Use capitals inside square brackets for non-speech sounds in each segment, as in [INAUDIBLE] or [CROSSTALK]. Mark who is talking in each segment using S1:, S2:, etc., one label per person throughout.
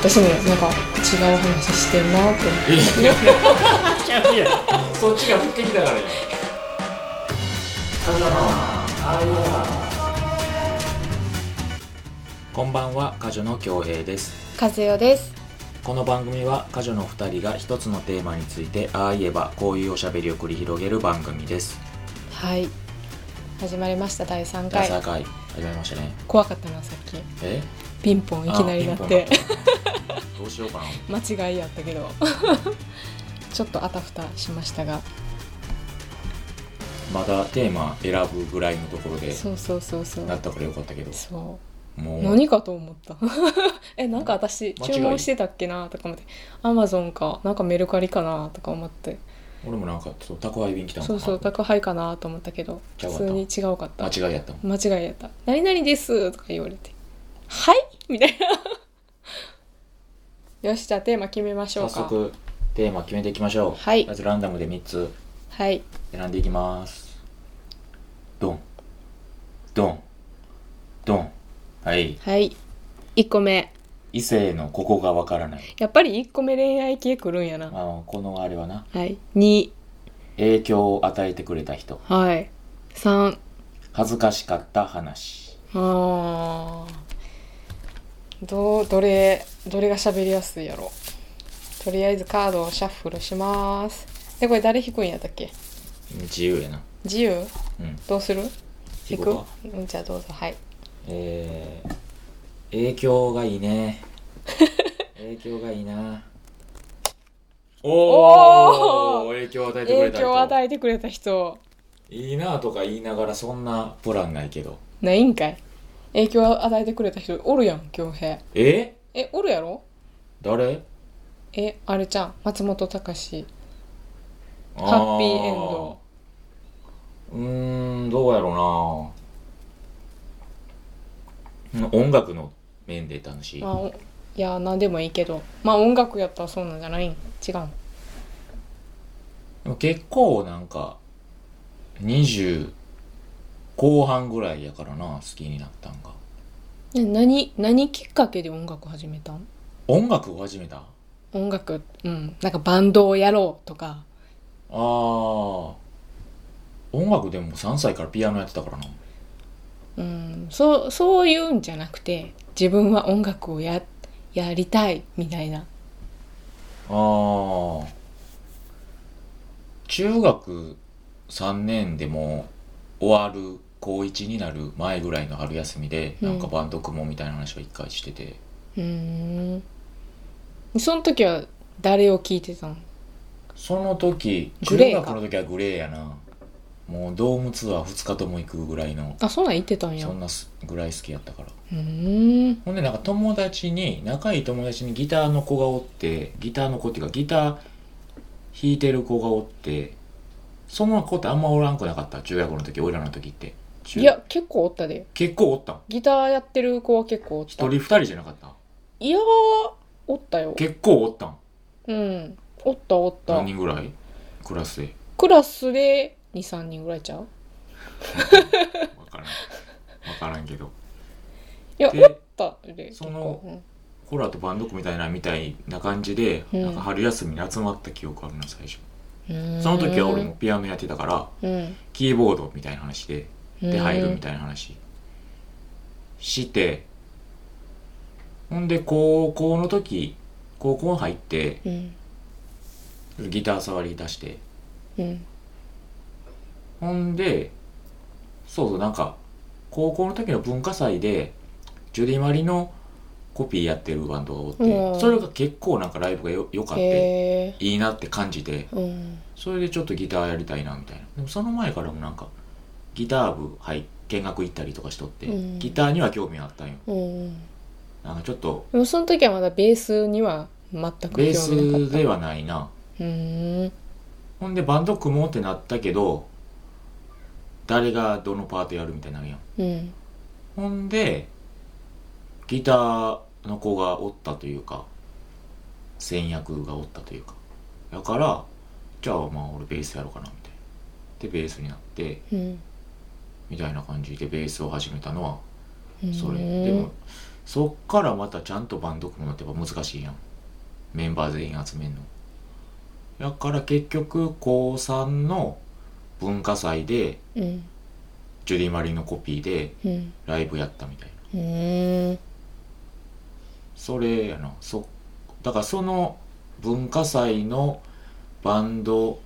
S1: 私ねなんか違う話してんなと思って
S2: いやいやそっちが不景気だからよこんばんは家女の恭平です
S3: 和代です
S2: この番組は家女の2人が一つのテーマについてああ言えばこういうおしゃべりを繰り広げる番組です
S3: はい始まりました第3
S2: 第
S3: 回
S2: 3回始まりましたね
S3: 怖かったなさっき
S2: え
S3: ピンポンいきなり鳴っ
S2: あ
S3: て
S2: ピンポン鳴ったどうしようか
S3: [LAUGHS]
S2: な
S3: 間違いやったけどちょっとあたふたしましたが
S2: まだテーマ選ぶぐらいのところで
S3: そうそうそうそ
S2: なっ
S3: う
S2: たからよかったけど
S3: そ
S2: も
S3: う
S2: う
S3: 何かと思った [LAUGHS] えなんか私
S2: 間違い
S3: 注文してたっけなとか思ってアマゾンかなんかメルカリかなとか思って
S2: 俺もなんかそう宅配便来たのか
S3: そ
S2: な
S3: うそう宅配かなと思ったけど
S2: ちゃ
S3: 普
S2: うかった
S3: 通に違うかった
S2: 間違いやったもん
S3: 間違いやった「何々です」とか言われて「はい?」みたいな [LAUGHS] よしじゃあテーマ決めましょ
S2: 早
S3: うか
S2: 速テーマ決めていきましょう
S3: はい
S2: まずランダムで3つ
S3: はい
S2: 選んでいきますドンドンドンはい
S3: はい1個目
S2: 異性のここがわからない
S3: やっぱり1個目恋愛系くるんや
S2: あ
S3: な
S2: のこのあれはな
S3: はい2
S2: 影響を与えてくれた人
S3: はい3
S2: 恥ずかしかった話
S3: あーどうどれどれが喋りやすいやろとりあえずカードをシャッフルしますでこれ誰引くんやったっけ
S2: 自由やな
S3: 自由
S2: うん
S3: どうする
S2: 引
S3: 引
S2: こ
S3: く
S2: うか
S3: うんじゃあどうぞはい
S2: えー、影響がい
S3: [LAUGHS]
S2: いね影響がいいなおお
S3: お
S2: 影響を与えてくれ
S3: 影
S2: た
S3: 響を
S2: 人
S3: 与えてくれた人
S2: いいなとか言いながらそんなプランないけど
S3: ないんかい影響を与えてくれた人おるやん恭平
S2: え
S3: えおるやろ
S2: 誰
S3: えあれちゃん松本隆
S2: ハ
S3: ハッピーエンド
S2: うーんどうやろうな音楽の面で楽しい
S3: あおいや何でもいいけどまあ音楽やったらそうなんじゃないん違うん
S2: でも結構なんか20後半ぐらいやからな好きになったんが
S3: え何何きっかけで音楽始めたん
S2: 音楽を始めた
S3: 音楽うんなんかバンドをやろうとか
S2: あー音楽でも3歳からピアノやってたからな
S3: うんそうそういうんじゃなくて自分は音楽をややりたいみたいな
S2: あー中学3年でもう終わる高1になる前ぐらいの春休みで
S3: うん
S2: なんかバンド組もうみたいな話を一回してて、
S3: うーんその時は誰を聞いてたの
S2: その時中
S3: グレーか
S2: 学の時はグレーやなもうドームツアー2日とも行くぐらいの
S3: あそんなん言ってたんや
S2: そんなすぐらい好きやったから
S3: うーん
S2: ほんでなんか友達に仲いい友達にギターの子がおってギターの子っていうかギター弾いてる子がおってその子ってあんまおらんくなかった中学の時俺らの時って中
S3: いや結構おったで
S2: 結構おったん
S3: ギターやってる子は結構おっ
S2: 一
S3: た
S2: 人二人じゃなかった
S3: いやーおったよ
S2: 結構おったん
S3: うんおったおった
S2: 何人ぐらいク
S3: [LAUGHS]
S2: ラスで
S3: クラスで23人ぐらいちゃう
S2: 分からん分からんけど
S3: いやお
S2: で
S3: ったで結
S2: その
S3: 構、うん
S2: ホラーとバンド組みたいなみたいな感じで、
S3: うん
S2: なんか春休みに集まった記憶あるな最初
S3: うーん
S2: その時は俺もピアノやってたから
S3: うん
S2: キーボードみたいな話でで入るみたいな話してほんで高校の時高校入って
S3: うん
S2: ギター触り出して
S3: うん
S2: ほんでそうそうなんか高校の時の文化祭でジュディ・マリのコピーやってるバンドがお
S3: う
S2: って
S3: ん
S2: それが結構なんかライブがよ良かって
S3: へ
S2: いいなって感じ
S3: え
S2: て
S3: うん
S2: それでちょっとギターやりたいなみたいなでもその前からもなんかギター部はい見学行ったりとかしとって
S3: うん
S2: ギターには興味あったんよ
S3: うん
S2: なんかちょっと
S3: でもその時はまだベースには全く興
S2: ベー
S3: 味なかっ
S2: ス
S3: た
S2: ではないな
S3: うーん
S2: ほんでバンド組もうってなったけど誰がどのパートやるみたいになるやん
S3: うん
S2: ほんでギターの子がおったというか先役がおったというかだからじゃあまあ俺ベースやろうかなみたいなでベースになって
S3: うん
S2: みたいな感じでベースを始めたのは
S3: うん
S2: それでもそっからまたちゃんとバンド組むのってやっぱ難しいやんメンバー全員集めんのやから結局高3の文化祭で
S3: うん
S2: ジュディ・マリのコピーで
S3: うん
S2: ライブやったみたいな
S3: うーん
S2: それやなそだからその文化祭のバンド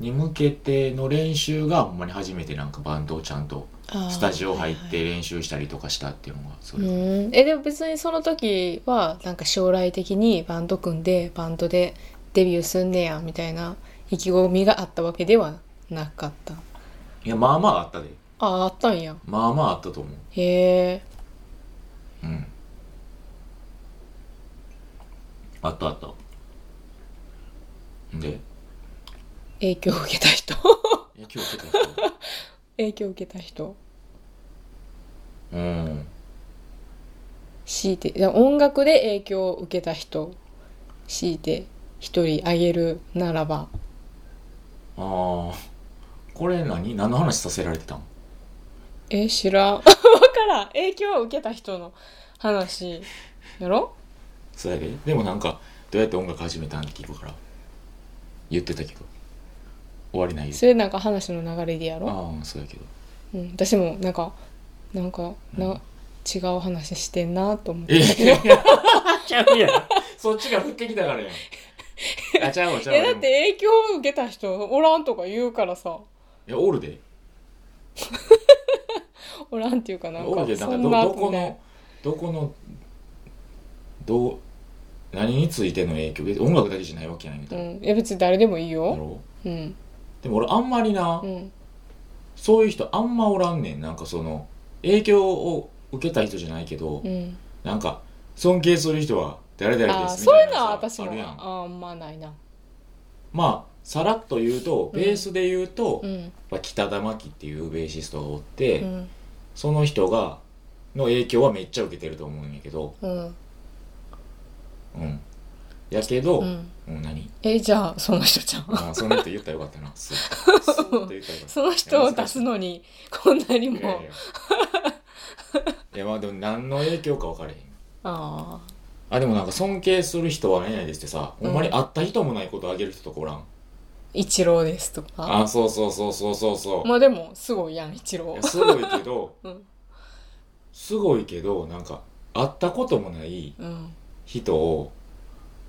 S2: に向けての練習がほんまに初めてなんかバンドをちゃんと
S3: あー
S2: スタジオ入っ
S3: はい
S2: て練習したりとかしたっていうのがそ
S3: はいう
S2: れ、
S3: ーんえでも別にその時はなんか将来的にバンド組んでバンドでデビューすんねやみたいな意気込みがあったわけではなかった
S2: いやまあまああったで
S3: あああったんや
S2: まあまああったと思う
S3: へえ
S2: うんあったあったで
S3: 影響を受けた人
S2: いや今日来てた人
S3: [LAUGHS] 影響を受けた人
S2: うん
S3: 強いていや音楽で影響を受けた人強いて一人挙げるならば
S2: ああこれ何何の話させられてたん
S3: え知らん [LAUGHS] わからん影響を受けた人の話やろ
S2: それででもなんかどうやって音楽始めたんって聞くから言ってたけど終わりないよ
S3: それなんか話の流れでやろ、
S2: ああそうやけど
S3: うん、私もなんかなんかな、
S2: うん
S3: 違う話してんなと思って
S2: [LAUGHS] え
S3: いや
S2: ちゃうやんそっちが振ってきたからやんあちゃうわちゃうわ
S3: だって影響を受けた人おらんとか言うからさ
S2: でもいやおるで
S3: おらんっていうかなん
S2: おるで
S3: か
S2: なん
S3: そ
S2: かど
S3: んな
S2: どこのどこのどう何についての影響別に音楽だけじゃないわけやねんけ
S3: う
S2: ど、
S3: ん、いや別に誰でもいい
S2: だ
S3: よ
S2: ろ
S3: うん
S2: でも俺あんまりな、
S3: うん
S2: そういう人あんまおらんねんなんかその影響を受けた人じゃないけど、
S3: うん
S2: なんか尊敬する人は誰々
S3: あ
S2: で
S3: ー
S2: すみ
S3: そうい
S2: たいうな
S3: の
S2: さ
S3: は私も
S2: あるやん
S3: あんまないな
S2: まあさらっと言うと
S3: うん
S2: ベースで言うと、
S3: うん
S2: まあ北田真希っていうベーシストがおって、
S3: うん
S2: その人がの影響はめっちゃ受けてると思うんやけど
S3: うん
S2: うんやけど、
S3: う
S2: うん
S3: ん
S2: 何
S3: えじゃあその人じゃ
S2: [LAUGHS]
S3: ん
S2: あその人言ったらよかっ
S3: [LAUGHS]
S2: たなスッスッと言ったらよかった
S3: その人を出すのにこんなにも
S2: いや
S3: [LAUGHS]
S2: いやいやいやまあでも何の影響か分からへん
S3: あ
S2: あでもなんか尊敬する人は何々ですってさ、
S3: うん
S2: ほんまに会った人もないことあげる人とかおらん
S3: あ一郎ですとか
S2: あそうそうそうそうそうそう、
S3: まあでもすごいやん一郎
S2: いやすごいけど、
S3: [LAUGHS] うん
S2: すごいけどなんか会ったこともない
S3: うん
S2: 人を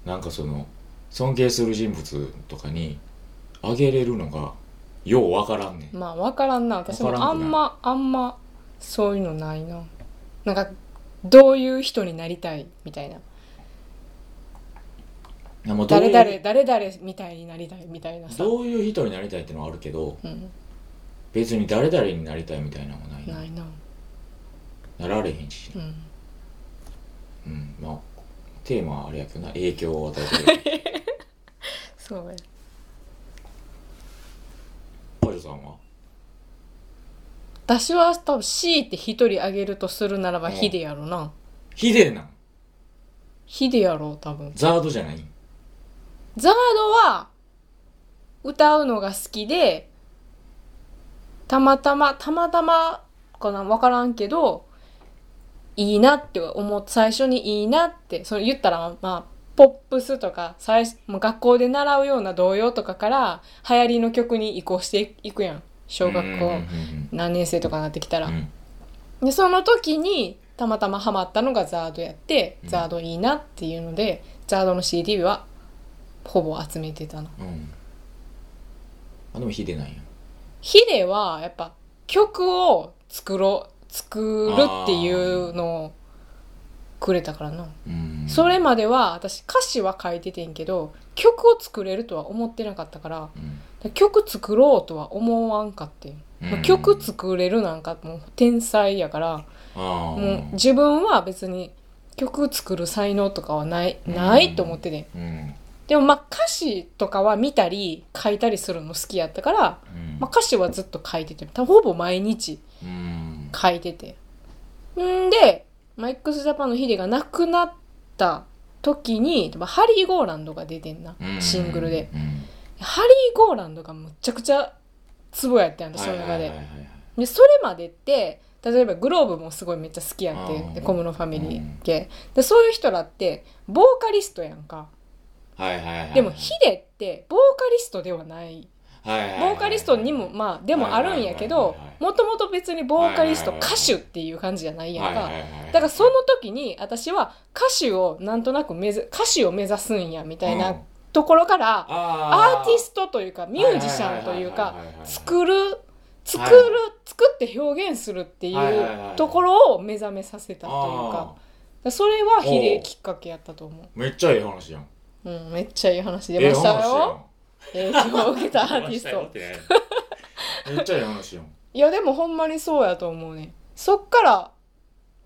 S2: なんかその尊敬する人物とかにあげれるのがようわからんねん、
S3: まあ分からんな私も
S2: わから
S3: あ
S2: んくない
S3: んまあんまそういうのないななんかどういう人になりたいみたいな
S2: なまあどうい
S3: 誰
S2: う
S3: 々誰々みたいになりたいみたいなさ
S2: どういう人になりたいってのはあるけど
S3: うん
S2: 別に誰々になりたいみたいなのもないな
S3: ないな
S2: なられへんし
S3: う、ん
S2: うん、まあテーマはあれやけどな影響を与えてる [LAUGHS]
S3: そうや
S2: パジョさんは
S3: 私は多分 C って一人あげるとするならば
S2: うん
S3: ヒデやろな
S2: ヒデなん
S3: ヒデやろう多分
S2: ザードじゃないん
S3: ザードは歌うのが好きでたまたまたまたまかな分からんけどいいなって思って最初にいいなってそれ言ったらまあポップスとか最初もう学校で習うような童謡とかから流行りの曲に移行していくやん小学
S2: うんうん
S3: 校
S2: うん
S3: 何年生とかになってきたら
S2: う、ん
S3: でその時にたまたまハマったのがザードやって、
S2: うん
S3: ザードいいなっていうのでザードの CD はほぼ集めてたな
S2: うんあでもヒデなんや
S3: ヒデはやっぱ曲を作ろう作るっていうのをくれたからな
S2: うん
S3: それまでは私歌詞は書いててんけど曲を作れるとは思ってなかったから
S2: うん
S3: 曲作ろうとは思わんかってん、
S2: うん
S3: 曲作れるなんかもう天才やから
S2: ああ
S3: もう自分は別に曲作る才能とかはない、ないと思ってね。
S2: うん
S3: でもまあ歌詞とかは見たり書いたりするの好きやったから、
S2: うん
S3: まあ歌詞はずっと書いてて、多分ほぼ毎日
S2: うん
S3: 書いてて。んで、マイクスジャパンのヒデが亡くなった時に、多分ハリー・ゴーランドが出てんな
S2: う、ん
S3: シングルで。
S2: うん
S3: ハリー・ゴーランドがむちゃくちゃツボやってん、私の中で。
S2: はいはいはいはい
S3: でそれまでって例えばグローブもすごいめっちゃ好きやって
S2: あー
S3: で小室ファミリー系、でそういう人らってボーカリストやんか
S2: はいはいはい
S3: でもヒデってボーカリストではない
S2: はいはいはいはい
S3: ボーカリストにもまあでもあるんやけ
S2: はいは
S3: ど
S2: いはいはい
S3: もともと別にボーカリスト
S2: はい
S3: 歌
S2: はいはい
S3: 手っていう感じじゃないやん
S2: は
S3: か
S2: いはいはい
S3: だからその時に私は歌手をなんとなく目指歌手を目指すんやみたい
S2: うん
S3: なところから
S2: あ
S3: アーティ
S2: ト
S3: ストというかミュージシャンというか
S2: る
S3: 作る作る作って表現するってい
S2: はいはいは
S3: う
S2: い
S3: ところを目覚めさせたというかそれは比例きっかけやったと思
S2: めっちゃいい話やん
S3: う、うん、めっちゃいい話
S2: え
S3: 出
S2: え
S3: まし
S2: 話
S3: た
S2: や
S3: よ
S2: ん
S3: 影響を受けたアーティスト
S2: 出ましたよってねめっちゃいい話やん
S3: いやでもほんまにそうやと思うねそっから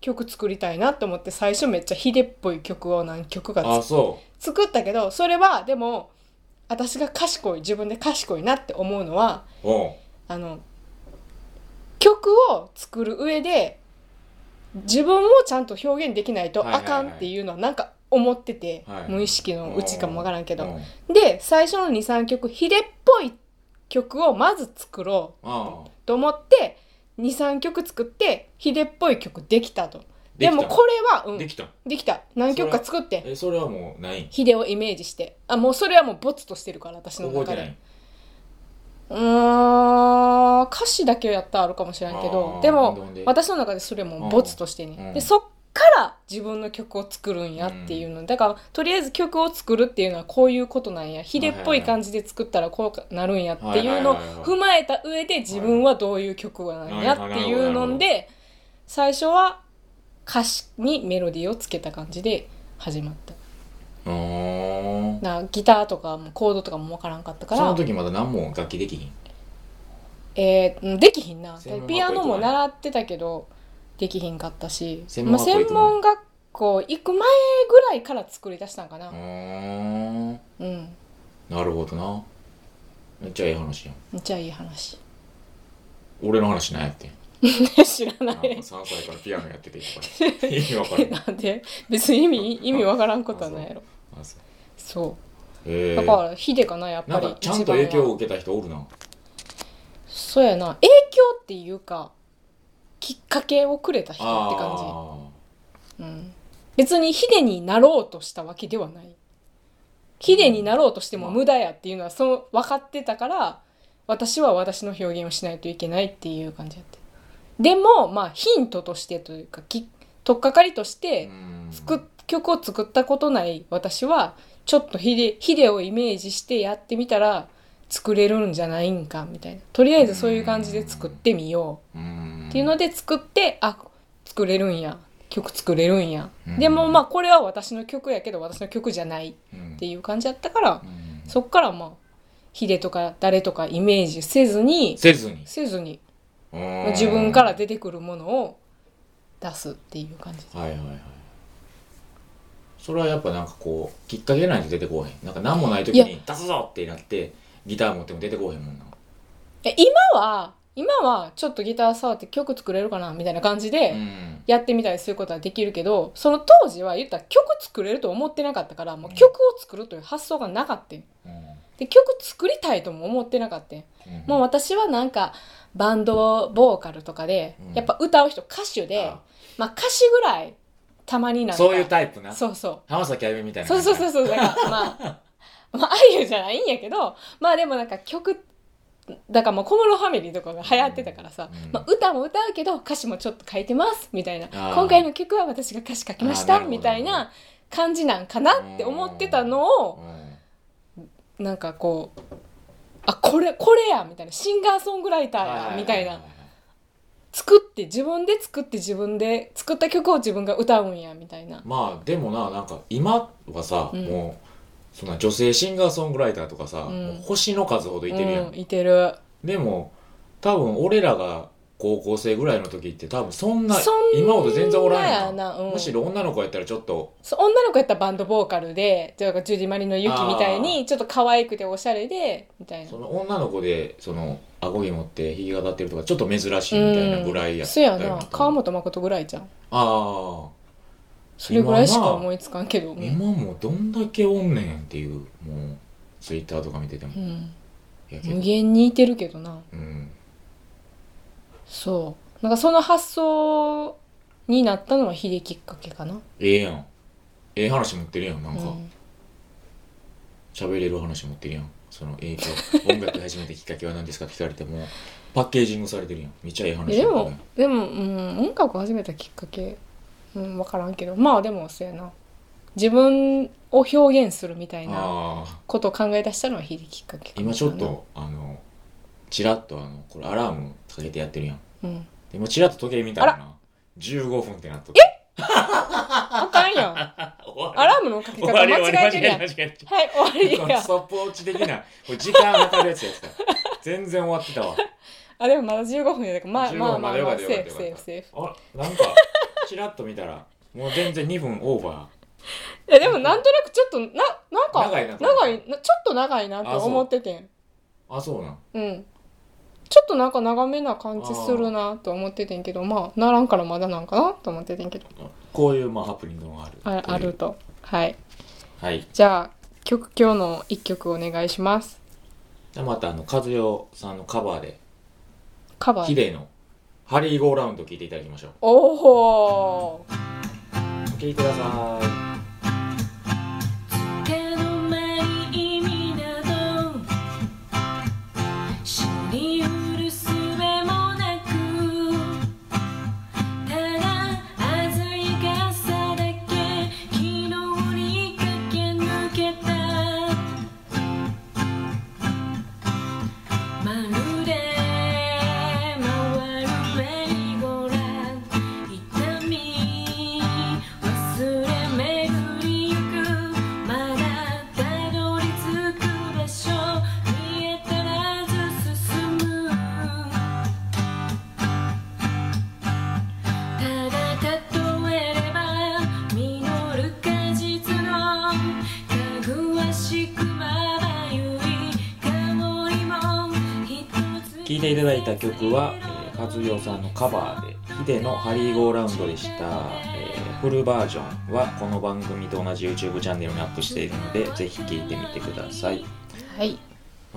S3: 曲作りたいなって思って最初めっちゃヒデっぽい曲を何曲か作
S2: あそ
S3: 作ったけどそれはでも私が賢い自分で賢いなって思うのは
S2: うお
S3: あの曲を作る上で自分をちゃんと表現できないとあかんっていうのはなんか思ってて、
S2: はい
S3: 無意識のうちかもわからんけ
S2: け
S3: ど、で最初の23曲ヒデっぽい曲をまず作ろ
S2: ああ
S3: うと思って23曲作ってヒデっぽい曲できたと
S2: でき
S3: で
S2: た
S3: もこれは、うん、
S2: で
S3: で
S2: きた
S3: きた何曲か作って
S2: えそれはもうない
S3: ヒデをイメージしてあもうそれはもうボツとしてるから私の
S2: 覚え
S3: 中
S2: てな
S3: で
S2: いう
S3: ーん歌詞だけはやったらあるかもしれんけ
S2: あ
S3: ど
S2: ー
S3: で
S2: ほんで
S3: も
S2: ほんで
S3: 私の中でそれもボツとしてね、
S2: うん
S3: でそっから自分の曲を作るんやっていうの、だからとりあえず曲を作るっていうのはこういうことなんやヒデっぽい感じで作ったらこうなるんやっていうのを
S2: はいはいはいはい
S3: 踏まえた上で自分はどういう曲なんやっていうの
S2: は
S3: で最初は歌詞にメロディーをつけた感じで始まった。
S2: あー
S3: なギターとかもコードとかもわからんかったか
S2: その
S3: ら、
S2: 時まだ何も楽器できひん
S3: えーうんできひんな
S2: 専門学校
S3: ピアノも習ってたけどできひんかったし
S2: 専
S3: ま
S2: 門
S3: あ、専門
S2: 学校行く前
S3: 学校行く前ぐらいから作り出したんかな
S2: うーん
S3: うん
S2: なるほどなめっちゃいい話やん
S3: めっちゃいい話 [LAUGHS]
S2: 俺の話なんやって
S3: 知ら
S2: な
S3: [LAUGHS] なん
S2: か
S3: い
S2: 3歳からピアノやっててとか意味わからん
S3: [LAUGHS] なんで別に意味意味わからんことは [LAUGHS] ないやろ
S2: あそう
S3: そ
S2: へ
S3: う
S2: え
S3: だからヒデかなやっ
S2: な
S3: ぱ
S2: ん
S3: り
S2: かちゃんと影響を
S3: を
S2: 受けた人おるな
S3: そうやな影響っていうかきっかけをくれた人って感じ
S2: あ
S3: うん別にヒデになろうとしたわけではないヒデになろうとしても無駄やっていうのはその分かってたから私は私の表現をしないといけないっていう感じやってでもまあヒントとしてというかき取っかかりとし
S2: ー
S3: て
S2: うん
S3: 作っ曲を作ったことない私はちょっとヒデヒデをイメージしてやってみたら作れるんじゃないんかみたいなとりあえずそういう感じで作ってみよう
S2: うん
S3: っていうので作ってあ作れるんや曲作れるんや、
S2: うん
S3: でもまあこれは私の曲やけど私の曲じゃないっ
S2: うん
S3: ていう感じやったから、
S2: うん
S3: そっからまあヒデとか誰とかイメージせずに
S2: せずに
S3: せずにまあ
S2: 自
S3: 自分から出てくるものを出すっていう感じ
S2: はいはいはいそれはやっぱなんかこうきっかけないと出てこうへんなんか何もない時
S3: い
S2: に出すぞってなってギター持っても出てこうへんもんな
S3: え今は今はちょっとギター触って曲作れるかなみたいな感じ
S2: う
S3: で
S2: ん
S3: やってみたりすることはできるけどその当時は言ったら曲作れると思ってなかったからもう曲を作るという発想がなかった
S2: うん
S3: で曲作りたいとも思ってなかったんもう私はなんかバンドボーカルとかで、
S2: うん
S3: やっぱ歌う人歌手で
S2: あ
S3: まあ歌手ぐらいたまになんか
S2: そういうタイプな
S3: そうそ
S2: 浜崎あゆみみたいうな
S3: そうそうそううそうだから
S2: [LAUGHS]
S3: まあまああゆじゃないんやけどまあでもなんか曲だからもう小室ファミリーとかが流行ってたからさ、
S2: うん
S3: まあ、歌も歌うけど歌詞もちょっと書いてますみたいな
S2: あー
S3: 今回の曲は私が歌詞書きまし
S2: あ
S3: た
S2: ーなるほど
S3: みたいな感じなんかなって思ってたのを
S2: うん
S3: なんかこうあこれこれやみたいなシンガーソングライタ
S2: はは
S3: ー
S2: は
S3: や
S2: は
S3: みたいな作って自分で作って自分で作った曲を自分が歌うんやみたいな
S2: まあでもななんか今はさ、
S3: うん
S2: もうそんな女性シンガーソングライターとかさ、
S3: うん
S2: もう星の数ほどいてるやん、
S3: うん、いてる
S2: でも多分俺らが高校生ぐらいの時って多分そんな
S3: そんな
S2: 今ほど全然おらんやん
S3: やなうん
S2: むしろ女の子やったらちょっと
S3: そう女の子やったらバンドボーカルでというかジュディ・マリのユキみたいにちょっと可愛くておしゃれでみたいな
S2: その女の子でその顎ひ持ってひげが立ってるとかちょっと珍しいみたいなぐらいやった
S3: そうや
S2: よ
S3: な
S2: 多分
S3: 川本誠ぐらいじゃん
S2: ああ
S3: それぐらいしか思いつかんけどうん
S2: 今もうどんだけおんねんっていうもうツイッターとか見てても
S3: うん
S2: やけど
S3: 無限にいてるけどな
S2: うん
S3: そなんかその発想になったのは秀きっかけかな。
S2: ええやんええ話持ってるやんなん
S3: う
S2: か
S3: ん
S2: 喋、れる話持ってるやんそのええと音楽始めたきっかけは何ですかって聞かれてもパッケージングされてるやんめっちゃええ話
S3: えで
S2: や
S3: も
S2: ん
S3: でも、うん、音楽を始めたきっかけ、うん、分からんけどまあでもそうやな自分を表現するみたいな
S2: ああ
S3: ことを考え出したのは秀樹きっかけかな
S2: 今ちょっ、とあのチラッとあのこれアラームかけてやってるやん
S3: うん、
S2: でもチラッと時計見たら
S3: あ
S2: な15分ってなっとった
S3: あかんやんア
S2: あ終わり
S3: ラームのかけ方
S2: 終わり
S3: 間
S2: 終わ
S3: 違え
S2: り
S3: てるやん
S2: 間違えた間違え
S3: はい終わ
S2: た
S3: り
S2: この
S3: や
S2: ストップウォッチ的なこれ時間わかるやつやった全然終わってたわ
S3: あでもまだ15分やだからまあ
S2: 15
S3: まあまあ
S2: まだよ
S3: ま
S2: か
S3: あ
S2: った
S3: セ
S2: よか
S3: ー
S2: った
S3: フセー
S2: よか
S3: フ
S2: っ
S3: セーフ
S2: あなんかチラッと見たらもう全然2分オーバ
S3: いやでもなんとなくちょっとななんか
S2: 長いなこれ
S3: 長いなちょっと長いなって
S2: あそう
S3: 思っててん
S2: ーあそうなん
S3: うんちょっとなんか長めな感じするなと思っててんけどまあならんからまだなんかなと思っててんけど
S2: こういうまあハプニングもある
S3: ああるとはい
S2: はい
S3: じゃあ曲今日の一曲お願いします
S2: でまたあの和代さんのカバーで
S3: カバ
S2: ヒ
S3: ー
S2: デのハリーゴーラウンド聞いていただきましょう
S3: おお
S2: お聴きください
S4: 手のない意味など知りうるすべもなくただ鮮やかさだけ昨日に駆け抜けたまるで回るベリーゴーラン痛み忘れ巡りゆくまだたどり着く場所見えたらず進むただ例えれば実る果実のたぐわしくまばゆい香りも一つ
S2: 聴いていただいた曲は、えー、和代さんのカバーで「ヒデのハリーゴーラウンド」でした、えーフルバージョンはこの番組と同じ YouTube チャンネルにアップしているのでぜひ聴いてみてください
S3: ーはい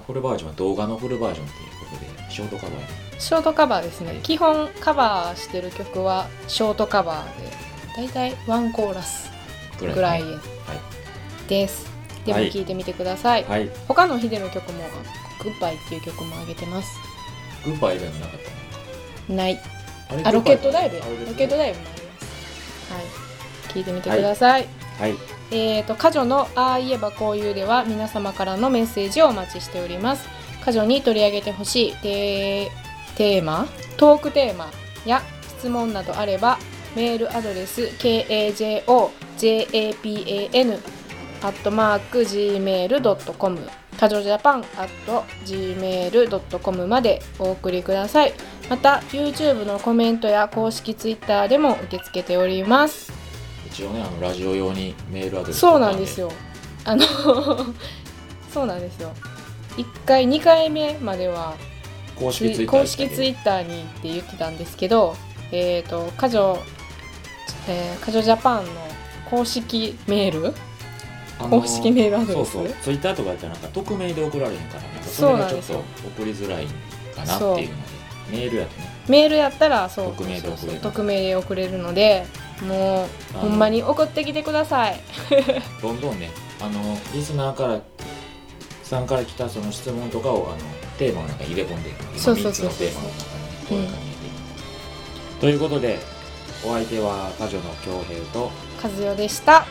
S2: フルバージョンは動画のフルバージョンということでショートカバーで
S3: ショートカバーですね基本カバーしてる曲はショートカバーでだいたいワンコーラス
S2: ぐ
S3: ぐらい
S2: ね
S3: ですでも
S2: はい
S3: 聴いてみてください、
S2: はいグ
S3: 他のヒデの曲も「グッバイ」っていう曲も上げてます
S2: ッバイ以外もなかった
S3: ない
S2: なれ
S3: あロケットダイブ
S2: グッバイか
S3: ロケットダイブもありますはい聞いてみてください、
S2: はい
S3: えー、と「家女のああ言えばこういう」では皆様からのメッセージをお待ちしております家女に取り上げてほしいテーテーマトークテーマや質問などあればメールアドレス KAJOJAPAN アットマーク Gmail.com 家女ジャパンアット Gmail.com までお送りくださいまた YouTube のコメントや公式 Twitter でも受け付けております
S2: 一応ねあのラジオ用にメールアドレス
S3: そうなんですよあの [LAUGHS] そうなんですよ1回2回目までは
S2: 公
S3: ツイ
S2: 式ツイッター
S3: 公式ツイッターにって言ってたんですけどえっ、と家女えー、家女ジャパンの公式メール
S2: あのー
S3: 公式メールアド
S2: そ
S3: レ
S2: う
S3: ス
S2: そうツイッターとかやったらなんか匿名で送られへんからなんかそ
S3: そう
S2: れ
S3: な
S2: が
S3: ん
S2: ちょ
S3: で
S2: っ
S3: す
S2: と
S3: よ
S2: 送りづらいかなっていうのでメールやとね
S3: メールやったらそう
S2: 匿名で送れる
S3: そうそう匿名で送れるのでもう
S2: あの
S3: ほんまに送ってきてください
S2: どんどんねあのリスナーからさんから来たその質問とかをあのテーマの中に入れ込んでいく今
S3: そうそう
S2: 3つ
S3: そう
S2: のテーマの中にこういう感じで、ということでお相手は家女の恭平と
S3: 和代でした